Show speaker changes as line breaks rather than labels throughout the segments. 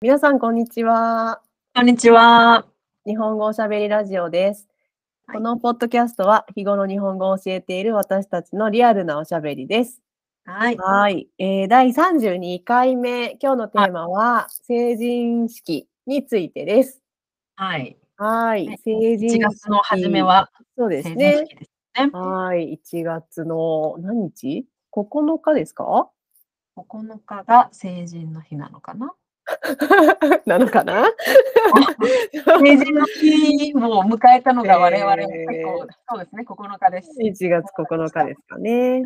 皆さん、こんにちは。
こんにちは。
日本語おしゃべりラジオです。
はい
このポッドキャストは、日頃日本語を教えている私たちのリアルなおしゃべりです。
はい。
はい。えー第32回目、今日のテーマは、成人式についてです。
はい。
はい
ね。
成人
1月の初めは
そうで
成
す
人
ね。
式ですね。
はい。1月の何日 ?9 日ですか
9日が成人の日なのかな
なのか な
成人の日を迎えたのが我々も
えー
結構、そうですね、9日です。
1月9日ですかね。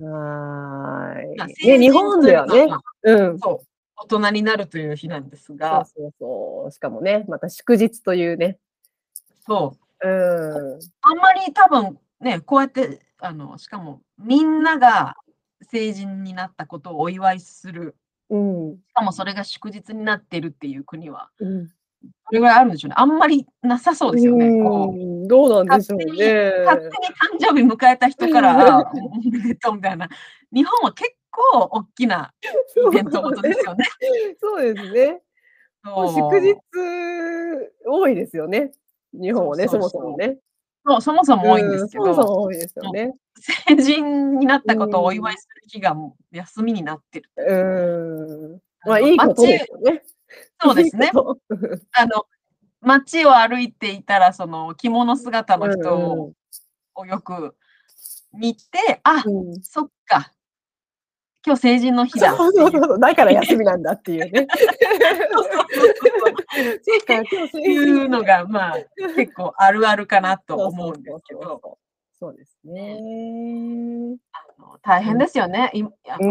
は
まあ
ーい。ね、日本では。
成人という
ね
の。
うん。
そう。大人になるという日なんです
そう
が、
そうそう。しかもね、また祝日というね。
そ
う
う。
ん。
あんまり多分ね、こうやって、あの、しかもみんなが成人になったことをお祝いする。
うん。
しかもそれが祝日になってるっていう国は
うん
どれぐらいあるんでしょうね。あんまりなさそうですよね。こ
う
う
んどうなんでしょうね。
勝手に誕生日迎えた人からあおめでとうみたいな。日本は結構大きなイベントごとですよ ね。
そうですね。もう
そう
祝日多いですよね。日本はね、
そ
そうも
そうそ
そうもね。
そうそもそも多いんですけ
う
ど、
そもそも多いですよね。
成人になったことをお祝いする日がもう休みになってる。
うん。まあ、
あの
いいことですよね。
そうですね
いい。こと
あの街を歩いていたらその着物姿の人をよく見て、あ
うんうんうん
そっか今日成人の日だって
そ
いう
そうそうそうだから休みなんだっていうね。 そうか、今日
っていうのが、まあ、結構あるあるかなと思うんですけど、
そうですね。
あの大変ですよね。いあ
う
の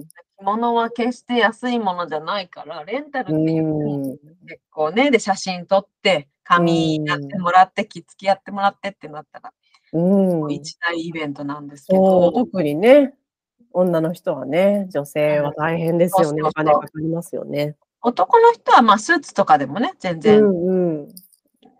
ん。
着物は決して安いものじゃないから、レンタルっていうのも
うん
結構ね、で、写真撮って、紙やってもらって、着付き合ってもらってってなったら、
うん。
一大イベントなんですけ
そう、
ど、
特にね、女の人はね、女性は大変ですよね。
そうそうそう
お金かかりますよね。
男の人はまあスーツとかでもね、全
う
然
んうん。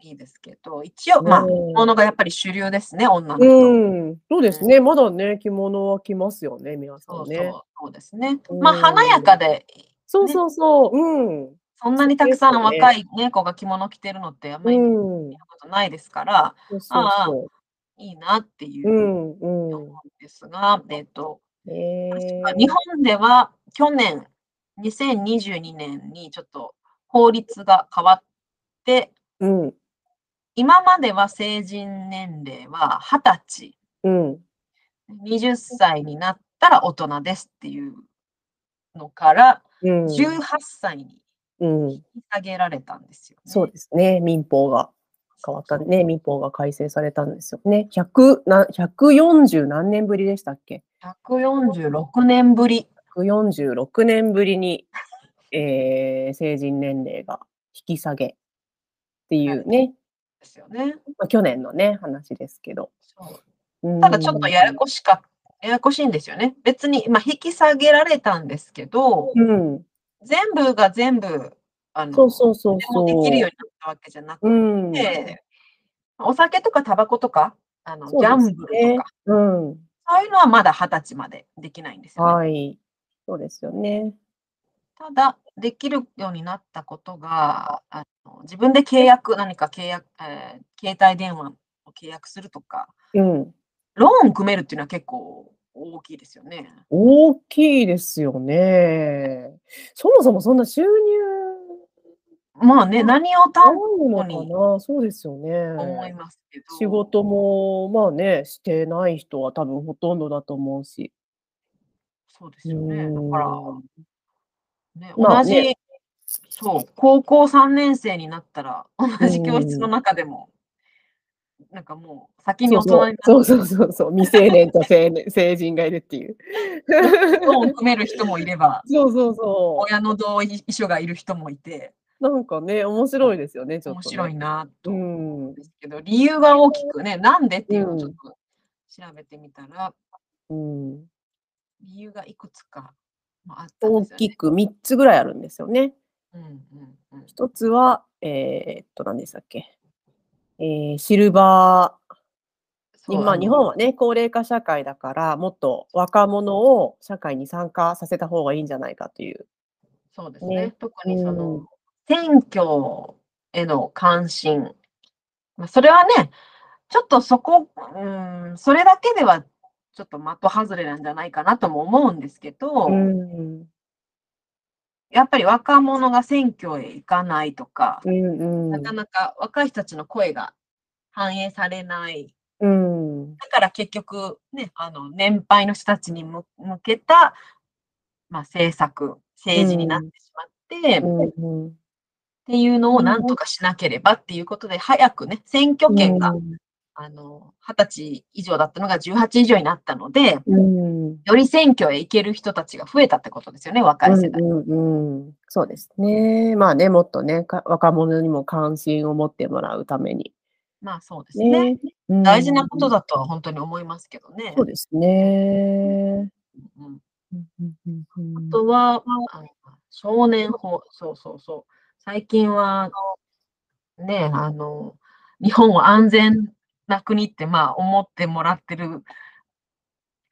いいですけど、一応、まあ、
う
着
ん
物がやっぱり主流ですね、女の人。
うん。そうですね。まだね、着物は着ますよね、皆さ
そ
ん
うそう
ね。
そうですね
う。ん
まあ、華やかで
そうそうそう。うん。
そんなにたくさん
そうですよね
若い猫が着物着てるのってあんまり見
うん。
たことないですから、
そうそうそ。
いいなっていう
う
ううん思
う
うん
ん。
ですが、えっと、
え
確か
ー
日本では去年、2022年にちょっと法律が変わって、
うん。
今までは成人年齢は20歳、
うん。
20歳になったら大人ですっていうのから、
うん。
18歳に
うん。
引き下げられたんですよ、ね。
そうですね。民法が変わったね。民法が改正されたんですよね。100な140何年ぶりでしたっけ
146年ぶり。
146年ぶりに、えー成人年齢が引き下げっていうね、
ですよね。
まあ、去年のね、話ですけど。うん
ただちょっとややこしかややこしいんですよね。別に、まあ、引き下げられたんですけど、
うん、
全部が全部あの
そうそうそう
で
そ
も
う。
できるようになったわけじゃなく
うん、
て、お酒とかタバコとかあの、
そう
ギ
です
ャン
ね
ブルとか、
うん、
そういうのはまだ二十歳までできないんですよね。
はい、そうですよね。
ただ、できるようになったことが、あの自分で契約、何か契約、えー携帯電話を契約するとか、
うん、
ローン組めるっていうのは結構大きいですよね。
大きいですよね。そもそもそんな収入
まあね、何を
あ
担
る
保
のかな、そうですよ
と思い
ね。
ますけど、
仕事もまあねしてない人は多分ほとんどだと思うし。
そうですよね。だ
う
から、ね、
まあ
同
ね
じ、そう、高校3年生になったら、同じ教室の中でも、なんかもう、先に大人になって
そうそうそうそうそう未成年と成年成人がいるっていう。
ローンを組める人もいれば、
そうそうそ
親の同意書がいる人もいて、
う。なんかね面白いですよねちょっと、
面白い。なと
う
思うん
ん。
ですけど、理由が大きくね、なんでっていうのをちょっと調べてみたら、
うん、
理由がいくつかまああったん
大
ですよね。
きく3つぐらいあるんですよね。
うんうんうん
1つはえーっと何でしたっけ、えーシルバー
そう
まあ、
の
日本はね高齢化社会だからもっと若者を社会に参加させた方がいいんじゃないかという
そうです
ね
ね。特にそ
うん
の、選挙への関心。まあ、それはね、ちょっとそこ、うん、それだけでは、ちょっと的外れなんじゃないかなとも思うんですけど、
うん
やっぱり若者が選挙へ行かないとか、
うん
なかなか若い人たちの声が反映されない。
うん
だから結局、ね、あの、年配の人たちに向向けた、まあ、政策、政治になってしまって、
うん
っていうのをなんとかしなければっていうことで、早くね、選挙権が、あの、20歳以上だったのが18以上になったので、
うんうん
より選挙へ行ける人たちが増えたってことですよね、若い世代。
うんうん、そうですね。まあね、もっとね、か若者にも関心を持ってもらうために。
まあそうですね。
うん
大事なことだとは本当に思いますけどね。
そうですね。
うん
うん
あとは、まああの少年法、そうそうそう。最近は、ね、あの、日本は安全な国って、まあ、思ってもらってる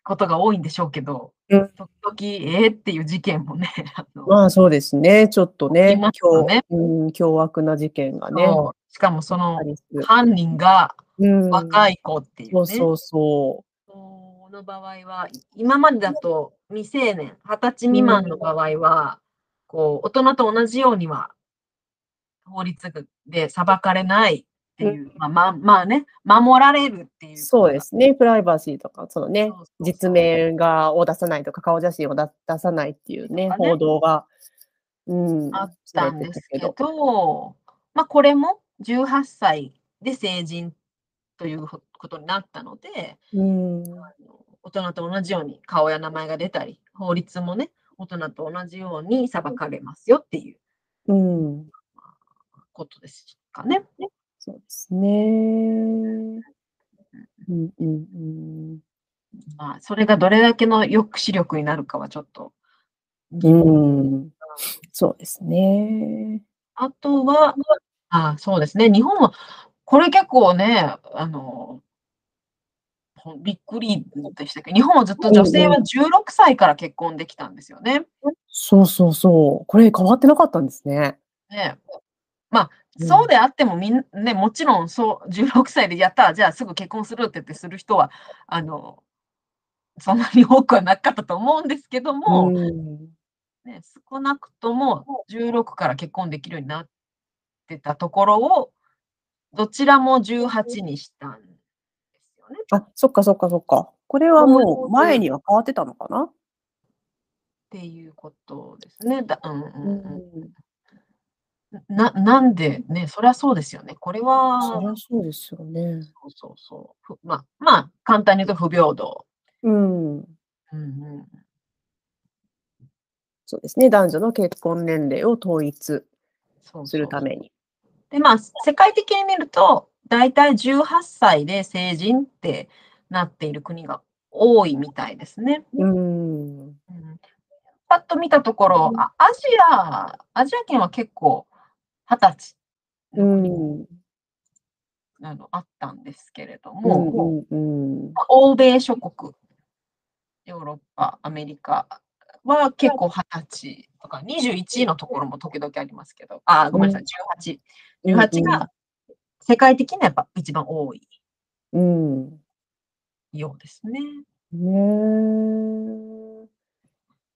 ことが多いんでしょうけど、
うん
時々、えーっていう事件もね、あの
まあそうですね、ちょっと
起
ね
きま、すよ
凶
ね
うん凶悪な事件がね、
そうしかもそ
あ
の
ります
犯人が
うん
若い子っていう
そう
ね。
そうそ。
この場合は、い今までだと未成年、二十歳未満の場合は、こう、大人と同じようには、法律で裁かれないっていう、まあ、まあ、まあね、守られるっていうう。
そうで。すね、プライバシーとか、そのね
そうそう、そう
実名がを出さないとか、顔写真を出出さないっていうね、
とかね
報道が、うん、
あったんですけ
されてた
ど、まあ、これも18歳で成人ということになったので、
けど、うん、
大人と同じように顔や名前が出たり、法律もね、大人と同じように裁かれますよっていう
うん、
ことですかね。
そうですね。うんうんうん
まあ、それがどれだけの抑止力になるかはちょっと。
うん、そうですね。
あとは、あそうですね、日本は、これ結構ね、あの、ほんびっくりでしたけど、日本はずっと女性は16歳から結婚できたんですよね。
そうそうそう。これ変わってなかったんですね。
ねまあ、そうであってもみん、ね、もちろんそう16歳でやったら、じゃあすぐ結婚するって言ってする人は、あの、そんなに多くはなかったと思うんですけども、
うん
ね、少なくとも16から結婚できるようになってたところを、どちらも18にしたんですよね。
あ、そっかそっかそっか。これはもう前には変わってたのかな、
っていうことですね。だうん
う
うんうん、ななんでね、そりゃそうですよね。これは、
そり
そ
ゃそうですよね。
うそうそうふまあ、まあ、簡単に言うと不平等。
うん。
うんうん、
そうですね。男女の結婚年齢を統一
そう
するために。
で、まあ、世界的に見ると、大体18歳で成人ってなっている国が多いみたいですね。
うん。
うんパッと見たところ、あアジア、アジア圏は結構二十歳
うん。うん
あのあったんですけれど
うん
も、
うん。
まあ欧米諸国、ヨーロッパ、アメリカは結構二十歳とか21のところも時々ありますけど、あ、ごめんなさい、18。18が世界的にはやっぱ一番多い
うん。
ようですね。
ねえ。う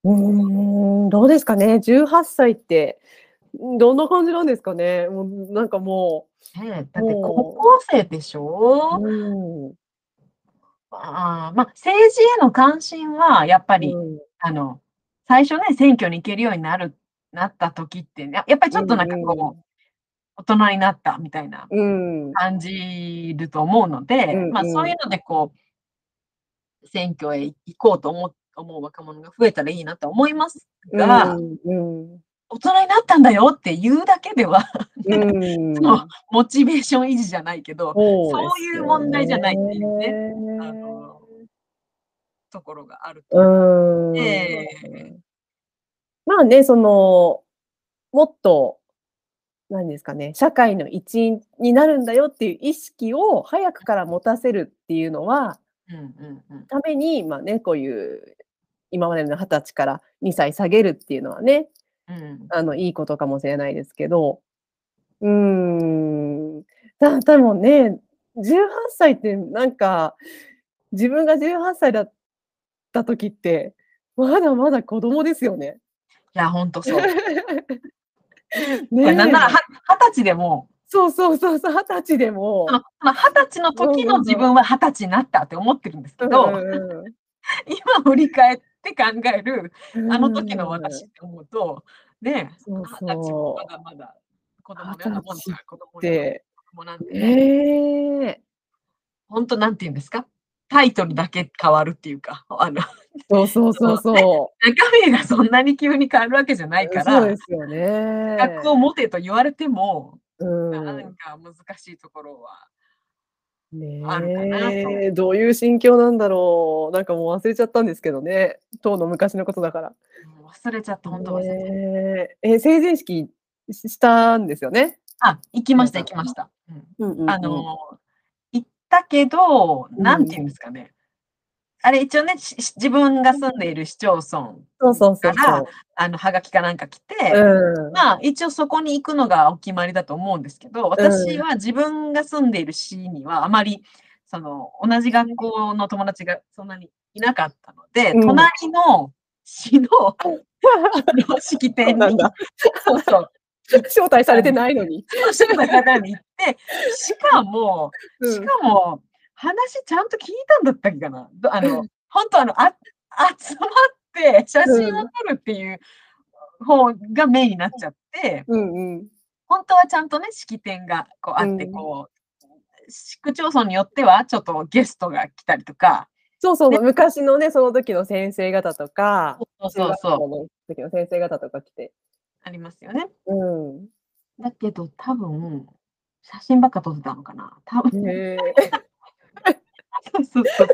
ーん、どうですかね。18歳って、どんな感じなんですかね。もうなんかも
ねえだって
もう
高校生でしょ、
う、うん、
あーまあ、政治への関心はやっぱり、
うん
あの、最初ね、選挙に行けるようになる、なった時ってね、やっぱりちょっとなんかこう、大人になったみたいな
うん、
感じると思うので、
うん
まあ
うん
そういうのでこう、選挙へ行こうと思う思う若者が増えたらいいなと思いますが、
うん、うん
大人になったんだよって言うだけでは、
うん、
そのモチベーション維持じゃないけど、
そうですよね
そういう問題じゃないっていうねあのところがあると。
うん。
ええ
まあね、その、もっと、何ですかね、社会の一員になるんだよっていう意識を早くから持たせるっていうのは、
うんうんうん
ために、まあね、こういう今までの20歳から2歳下げるっていうのはね、
うん。
あの、いいことかもしれないですけど、うーん、だでもね、18歳ってなんか、自分が18歳だった時って、まだまだ子供ですよ ね。
いや、ほんと そう。いや、なんなら、
ね
は
え。
20歳でも
そうそうそうそう、20歳で
その
も、
その20歳の
うん
時の
うん
自
うん。
分は20歳になったって思ってるんです
う
け
ん
ど、
うんうん。
今振り返って考える、
う
あの時の
ー
私
ん。
って思うと、ねえ、
そう
20歳もま
そう。
だまだ子
は
供のよう
た
なもん
ちっ
だ、子供よ
て、
子供なんで、
ええ。
ほんとなんて言うんですか、タイトルだけ変わるっていうか、あの、
そうそう
そ
そう
の ね、
そう。
中身がそんなに急に変わるわけじゃない
うん、
か
そうで
ら、
すよ
自覚
ね。
を持てと言われても、
う
なな
ー
ん
ん。
か難しいところはあるかなと。
ねえ、どういう心境なんだろう。なんかもう忘れちゃったんですけどね。当の昔のことだから。
もう忘れちゃった、ほんと忘れちゃった。
ねえ。え、成人式ししたんですよね？
あ、行き
あ
ま
や
した
さん。
行きました。うん。
うんう
あ
んうん。
の、行ったけど、
う
なん
ん。
て言うんですかね。あれ、一応ね、しし自分が住んでいる市町村
そうそうそ
か
う
ら、
そう。
あの、はがきかなんか来て、
うーん。
まあ、一応そこに行くのがお決まりだと思うんですけど、
う
私
ん。
は自分が住んでいる市にはあまり、その、同じ学校の友達がそんなにいなかったので、
うん。
隣の市の、 あの、式
そう
典
なん
に
だ。
そうそう、行っ
招待され
た
て
ん
ないのに。
そう、招待されたのに行って、しかも
う
し
ん。
かも、話ちゃんと聞いたんだったっけかな。どあの、ほんとあの、あ 集まって写真
う
を
ん。
撮るっていう方がメインになっちゃって。
うんうん。
ほんとはちゃんとね、式典がこうあ
う
って、
ん。
こう、市区町村によっては、ちょっとゲストが来たりとか、
そうそうそ
ね。
う、昔のね、その時の先生方とか、
そ
中
うそうそう
学
そう。
校の時の先生方とか来て。
ありますよね。
うん。
だけど、多分、写真ばっか撮ってたのかな。多分。
へえ。
そうそうそう。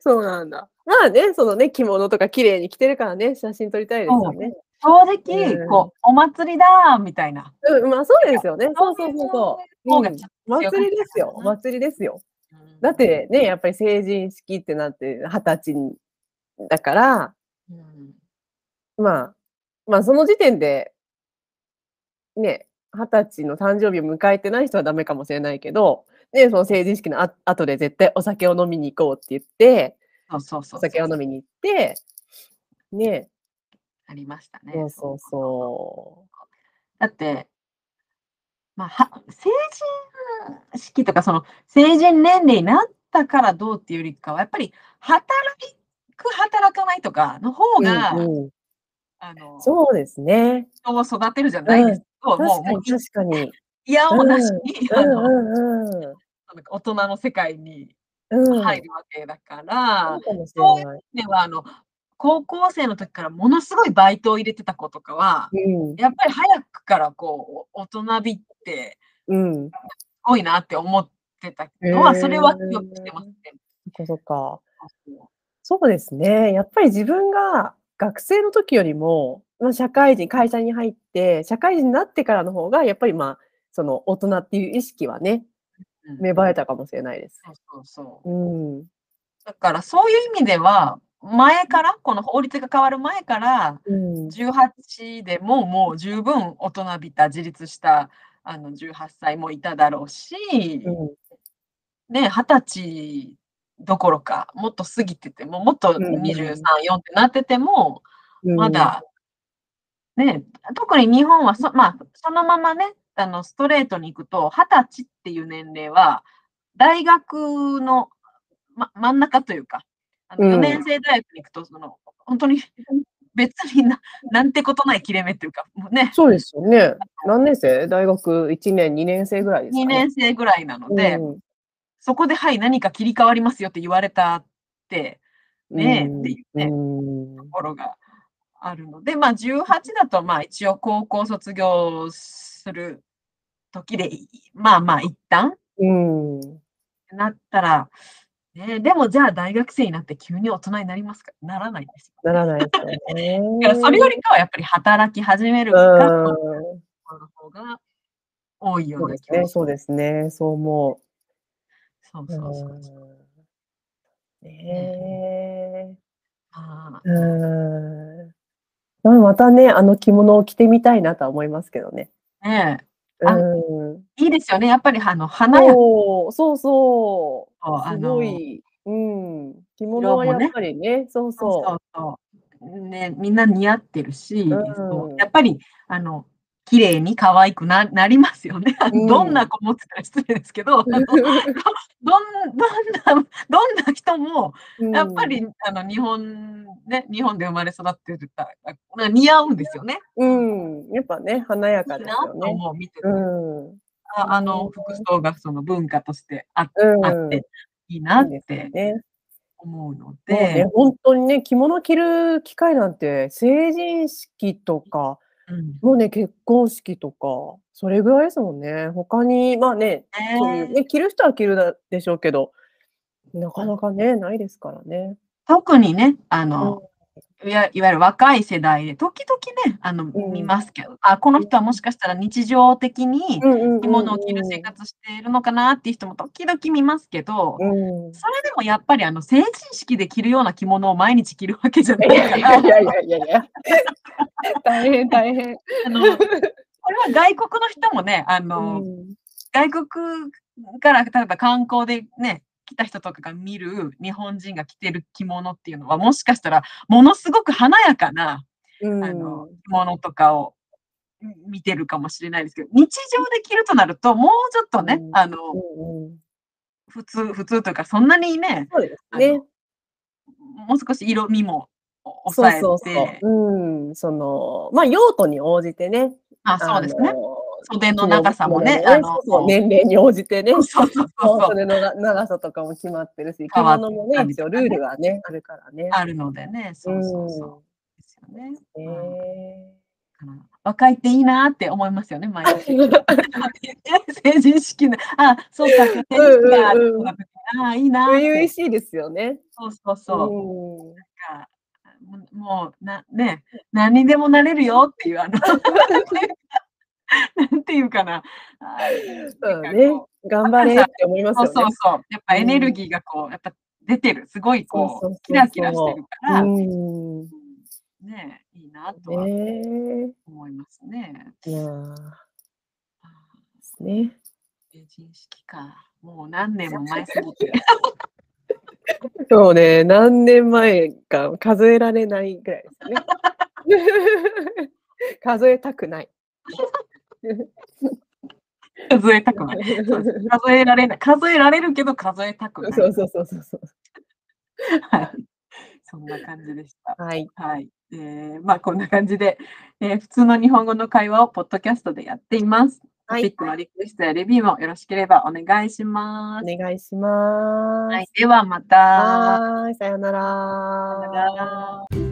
そうなんだ。まあね、そのね、着物とか綺麗に着てるからね、写真撮りたいです
そ
よ
う。
ね。
正
う
直、
ん。
こう、お祭りだみたいな。
うん、まあ、そう
なん
で
か、
すよね。そうそ
そういうう
そうそ
方
う。
が
うん。
ちょっと強か
祭
っ
りで
た
すよ。
かな。
祭りですよ。
う
だっ
ん。
てね、やっぱり成人式ってなって20歳にだから。
うん。
まあ、まあ、その時点でね、20歳の誕生日を迎えてない人はダメかもしれないけど、ね、その成人式のあ後で絶対お酒を飲みに行こうって言って、
そうそうそ
お
うそ
酒
う
を
そ
飲
う。
みに行って、ね。
ありました
そ
ね、
う
そう
そう
そうそう。
そう。
だってま、は成人式とか、その、成人年齢になったからどうっていうよりかは、やっぱり働く、働かないとかの方
うん
が、
うん。
あの
そうですね。
人を育てるじゃないで
う
す
ん。
けど、も
確か
うもう、
に
い
確かに。
否
う。
応なんし
うん
に、
う
あの
んうん。
なんか大人の世界に
う
入
ん。
るわけだか
そ
ら、
うかもしれ
そういう
ない。
意味では、あの、高校生の時からものすごいバイトを入れてた子とかは、
うん。
やっぱり早くからこう、お大人びって、
うん。
すごいなって思ってた
へ
のは、それ
え。
は記憶してますね。
そっかそっか。
あ、そう。
そうですね。やっぱり自分が学生の時よりも、ま、社会人会社に入って、社会人になってからの方が、やっぱり、ま、その大人っていう意識はね、
うん。
芽生えたかもしれないです。
そうそうそう。
うん。
だから、そういう意味では、前から、この法律が変わる前から、
うん。
18でも、もう十分大人びた、自立した、あの、18歳もいただろう
う
し
ん。
ね、20歳どころか、もっと過ぎてても、もっと
うん
にじゅう
う
さ
ん。
ん4ってなってても、
う
ま
ん。
だね、特に日本は、そま、そのままね、あの、ストレートに行くと、20歳っていう年齢は、大学の、ま真ん中というか、あ
う
の、よねん
ん。
せい大学に行くと、その、ほんとに別にななんてことない切れ目っていうか、もうね。
そうですよね。何年生？
あの
大学1年、2年生ぐらいです
に
か
ね
ね。
んせいぐらいなので、
うん。
そこで、はい、何か切り替わりますよって言われたって、
う
ねえって
ん、
いう
う
ね、と
ーん。
ころがあるので、ま、18だと、まあ、一応高校卒業する時で、いいまあまあ、一旦
うーん。
ってなったら、ね、でもじゃあ大学生になって急に大人になりますか？ならないですよ
な
ね。
らないですよ
だからそれより
ね。
かはやっぱり働き始め
う
るかと
ーん。
の方が多いよ
そうう
な
です
気は
ね
し
そう
ます。
ですね、そう思う。
そう
う
そうそう
ー
そう。
ん。
ね。
ねえ。
ああ。
うーん。またね、あの着物を着てみたいなとは思いますけどね。
ねえあ
うん。
いいですよね。やっぱりあの華やか
そう、そうそう。
とあ
す
の
ごい。うん。着物はやっぱりね、そう
そう
そう。
そうね、みんな似合ってるし、
ん
そうやっぱりあの綺麗に可愛くななりますよね。あの
うん
どんな子もって言ったら失礼ですけ ど、あ のどんどんなどんな人もやっぱり、あの日本ね日本で生まれ育ってるからなんか似合うんですよね。
うん、うん。やっぱね、華やか
いい
で
な
すよ
と
ね。
思う見てて、
うん。う
ああの服装がその文化としてああっ
ん。
ていいなっ
いいですよ
て
ね。
思うの
もうね
で、
本当にね、着物着る機会なんて、成人式とか、
うん
もうね、結婚式とか、それぐらいですもんね。他に、まあね、そういう
ね
ね、着る人は着るだでしょうけど、なかなかね、ないですからね。
特にねあ
う
の
ん、
いわいわゆる若い世代で、時々ね、あの、
ん
見ますけど、あ、この人はもしかしたら日常的に
うん
着物を着る生活しているのかなっていう人も時々見ますけど、
うん。
それでもやっぱりあの成人式で着るような着物を毎日着るわけじゃないい
や
か
い
ら、
や
あ
いやいやいやいや。大変大変。
の、これは外国の人もね、あ の、
うん
外国から例えば観光でね、来た人とかが見る日本人が着てる着物っていうのは、もしかしたらものすごく華やかな、
うん
あの着物とかをうん見てるかもしれないですけど日常で着るとなるともうちょっとね、
うん
あの
うんうん
普通普通というかそんなにね
そうです
あの
ね。
もう少し色味もお
そう
抑えて
そうそう。うん。その、まあ用途に応じてね。
あそうです
あ
ね
の
袖の長さもね
着
あ
物
の
そうそう年齢に応じてね。
そうそうそ
そ
う
う
そう
袖のが長さとかも決まってるし、着
変わって
物も
た
ね、
り
一
と
応
かね
ルールがね、あるからね。
あるのでねそうそうそうですよね、
うん
うん
ね
だから若いっていいなって思いますよね毎年
え
成人式のあそうか成人式だって
うんうんうん
思った時にあいいなっ
初々
て
しいですよね。
そうそうそう、
うん
かもうもうなね何にでもなれるよっていうあの なんていうかなあ
そう
なんか
ね
こ。
頑張れって思います
そう
よ
そう
ね。
そうやっぱエネルギーがこうやっぱ出てるすごいこ
そうそうそうそう
うキラキラしてるから、
うん。
ねいいなとは
ね
思いますね。
え。いやーですね。
成人式かもう何年も前すぎ て
そうね、何年前か数えられないぐらいですね。 数えたくない。
数えたくないそうです数えられない数えられるけど数えたくない
そうそうそうそうそう。
はい、そんな感じでした。
はい。
はい。えーまあこんな感じで、えー普通の日本語の会話をポッドキャストでやっています。
は
トピ
い
ッ。クのリクエストやレビューもよろしければお願いします。
お願いします。
はい、ではまた。
はーい、さよなら。
さよなら